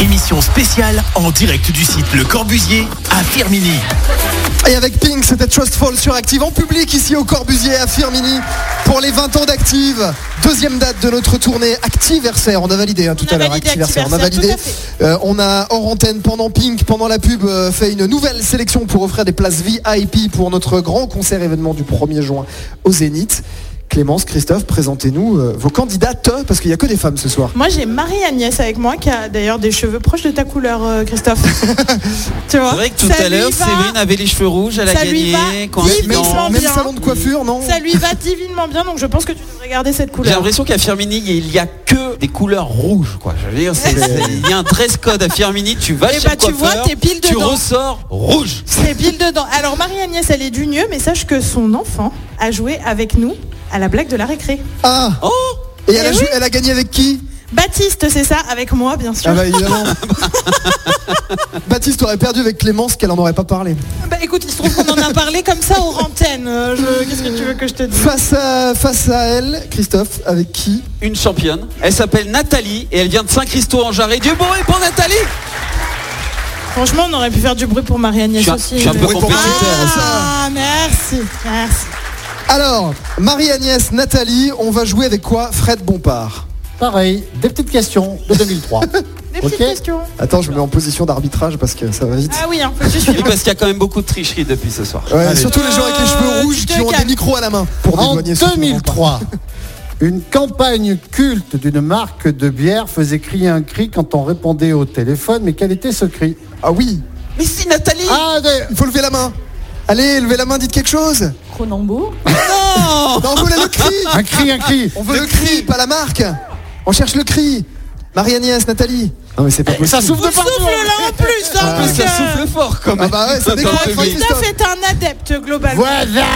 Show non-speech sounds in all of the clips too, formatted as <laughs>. Émission spéciale en direct du site Le Corbusier à Firmini. Et avec Pink, c'était Trustfall sur Active en public ici au Corbusier à Firmini pour les 20 ans d'Active. Deuxième date de notre tournée Activersaire. On a validé hein, tout On à a l'heure validé Activersaire. On a Activersaire, validé. tout Euh, on a hors antenne pendant Pink, pendant la pub, euh, fait une nouvelle sélection pour offrir des places VIP pour notre grand concert événement du 1er juin au Zénith. Clémence, Christophe, présentez-nous euh, vos candidates parce qu'il n'y a que des femmes ce soir. Moi j'ai Marie-Agnès avec moi qui a d'ailleurs des cheveux proches de ta couleur euh, <laughs> Christophe. tu vois C'est vrai que tout Ça à l'heure, lui va- Séverine avait les cheveux rouges, elle a ça lui gagné. va Même, coïncidence. divinement même bien. salon de coiffure, non Ça lui va divinement bien donc je pense que tu devrais garder cette J'ai couleur. l'impression qu'à Firmini, il y a que des couleurs rouges, quoi. Je veux dire, c'est- C'est- c'est- il y a un dress code à Firmini, tu vas Eh chez bah, le tu vois, coiffeur, t'es pile tu dedans. ressors rouge. C'est pile dedans. Alors Marie-Agnès elle est du mieux mais sache que son enfant a joué avec nous à la blague de la récré. Ah Oh Et elle a, Eh jou- oui. elle a gagné avec qui Baptiste c'est ça avec moi bien sûr. Ah bah évidemment. <laughs> Baptiste aurait perdu avec Clémence qu'elle en aurait pas parlé. Bah, écoute il se trouve qu'on en a parlé comme ça aux antennes. Euh, je- Qu'est-ce que tu veux que je te dise Face à, face à elle, Christophe, avec qui Une championne. Elle s'appelle Nathalie et elle vient de Saint-Christo-en-Jarret. Dieu bon et pour Nathalie Franchement on aurait pu faire du bruit pour Je Marie-Agnès suis un- aussi. je suis un mais- peu Oui, pour compétiteur. Twitter, Ah merci, merci. Alors, Marie-Agnès, Nathalie, on va jouer avec quoi Fred Bompard. Pareil, des petites questions <laughs> de 2003. Des Ok. petites questions. Attends, je me mets en position d'arbitrage parce que ça va vite. Ah oui, hein, faut que tu suives. Oui, parce qu'il y a quand même beaucoup de tricherie depuis ce soir. Ouais, surtout les gens avec les Euh, cheveux rouges tu te qui ont des calmes. micros à la main pour en dédouaner ceux qui n'en ont pas. 2003, une campagne culte d'une marque de bière faisait crier un cri quand on répondait au téléphone. Mais quel était ce cri Ah oui, Mais si, Nathalie Ah, des- il faut lever la main. Allez, levez la main, dites quelque chose. Cronenbourg. Non Non, on voulait Oh. <laughs> le cri. un cri, un cri. On veut le, cri, pas la marque. On cherche le cri. Marie-Agnès, Nathalie. Non mais c'est pas possible. Ça souffle de Souffle partout. là en plus, hein, Mais parce Ah, ça que- souffle fort quand même. bah ouais, ça Dans le décroche, public. Francis. Christophe est un adepte globalement. Voilà.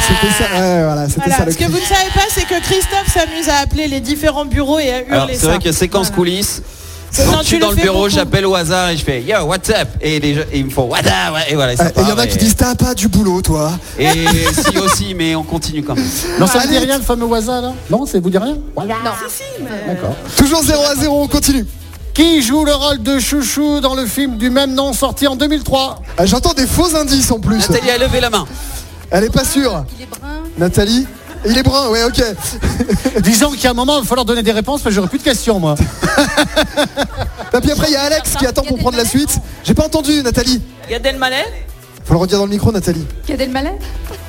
C'était ça. ouais, voilà, c'était Voilà, ça le Ce que cri. vous ne savez pas, c'est que Christophe s'amuse à appeler les différents bureaux et à hurler Alors, c'est ça. vrai que séquence Voilà. coulisses. C'est Quand quand je tu suis le dans le fais bureau, beaucoup. j'appelle au hasard et je fais Yo, what's up Et les gens, et ils me font What up Ouais, Et voilà, ça Eh, Ah, Et il y en a part, qui et- disent t'as pas du boulot toi. Et si aussi, mais on continue <laughs> quand même. Non, ça vous dit Allez. rien le fameux waza là Non, ça vous dit rien D'accord. Toujours 0 à 0, on continue. Qui joue le rôle de Chouchou dans le film du même nom sorti <laughs> en 2003 Ah, J'entends des faux indices en plus. Nathalie a levé la main. Elle est pas sûre. Il est brun. Nathalie Il est brun, ouais, ok. Disons qu'il y a un moment, il va falloir donner des réponses parce que j'aurai plus de <laughs> questions moi. Et puis après, il y a Alex qui attend pour prendre la suite. J'ai pas entendu, Nathalie. Gad Elmaleh Faut le redire dans le micro, Nathalie. Quel est le malais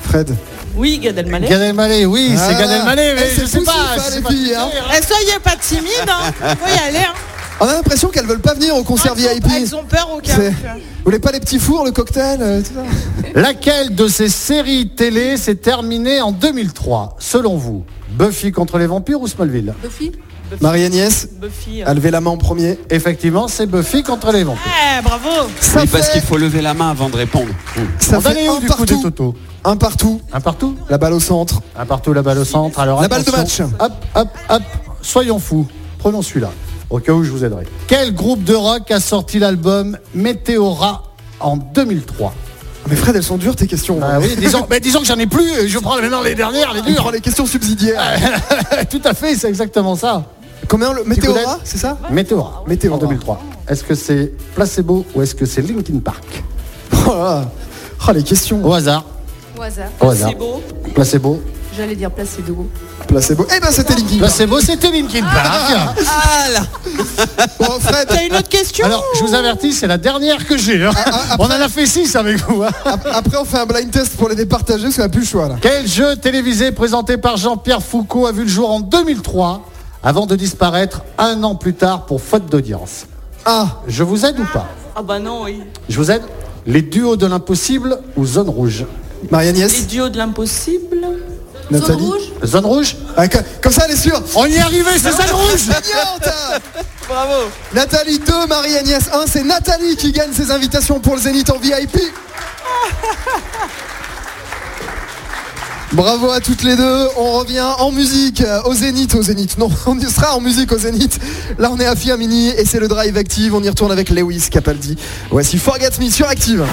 Fred. Oui, Gad Elmaleh. Gad Elmaleh, oui, Ah. c'est Gad Elmaleh, mais Eh, je c'est sais poussif, pas. hein, je sais les pas. filles, hein. Eh, soyez pas timide, <laughs> hein. faut y aller. Hein. On a l'impression qu'elles veulent pas venir au concert Elles ont- VIP. Elles ont peur au cas. C'est- où. Vous voulez pas les petits fours, le cocktail euh, tout ça Laquelle de ces séries télé s'est terminée en 2003, selon vous Buffy contre les vampires ou Smallville Buffy Marie-Agnès Buffy. a levé la main en premier. Effectivement, c'est Buffy contre les vampires. Eh, bravo. Ça oui, parce fait, qu'il faut lever la main avant de répondre. ça On en fait est où un du coup des partout. totaux Un partout. Un partout La balle au centre. Un partout, la balle au centre. Alors, La balle de attention. match. Hop, hop, hop. Soyons fous. Prenons celui-là, au cas où je vous aiderai. Quel groupe de rock a sorti l'album Météora en 2003 Mais Fred, elles sont dures tes questions. <laughs> Ah oui, disons, mais disons que j'en ai plus. Je prends maintenant les dernières, les Tu Ah, prends dures. les questions subsidiaires. <laughs> Tout à fait, c'est exactement ça. Combien le Petit coup Météora, d'aile. c'est ça Météora, Météora. en 2003. Est-ce que c'est placebo ou est-ce que c'est Linkin Park Oh là là. Oh, les questions. Au hasard. Au hasard. Au hasard. beau. Placebo. J'allais dire placebo. Placebo. Eh ben, c'était Linkin Park. Placebo, c'était Linkin Park. Ah là Bon, Fred, T'as une autre question Alors, je vous avertis, c'est la dernière que j'ai. hein. On en a fait six avec vous. hein. ap- après, on fait un blind test pour les départager, parce qu'on a plus le choix, là. Quel jeu télévisé présenté par Jean-Pierre Foucault a vu le jour en 2003 avant de disparaître un an plus tard pour faute d'audience Ah, Je vous aide ou pas Ah bah non, oui. Je vous aide Les duos de l'impossible ou zone rouge Les Marie-Agnès, duos de l'impossible. Zone Nathalie. rouge Zone rouge Ah, co- comme ça, elle est sûre. On y est arrivé, c'est zone rouge Gagnante Bravo. Nathalie 2, Marie-Agnès 1. C'est Nathalie qui gagne ses invitations pour le Zénith en VIP. Bravo à toutes les deux. On revient en musique euh, au Zénith, au Zénith. Non, <laughs> on y sera en musique au Zénith. Là, on est à Firmini et c'est le Drive Active. On y retourne avec Lewis Capaldi. Voici Forget Me sur Active.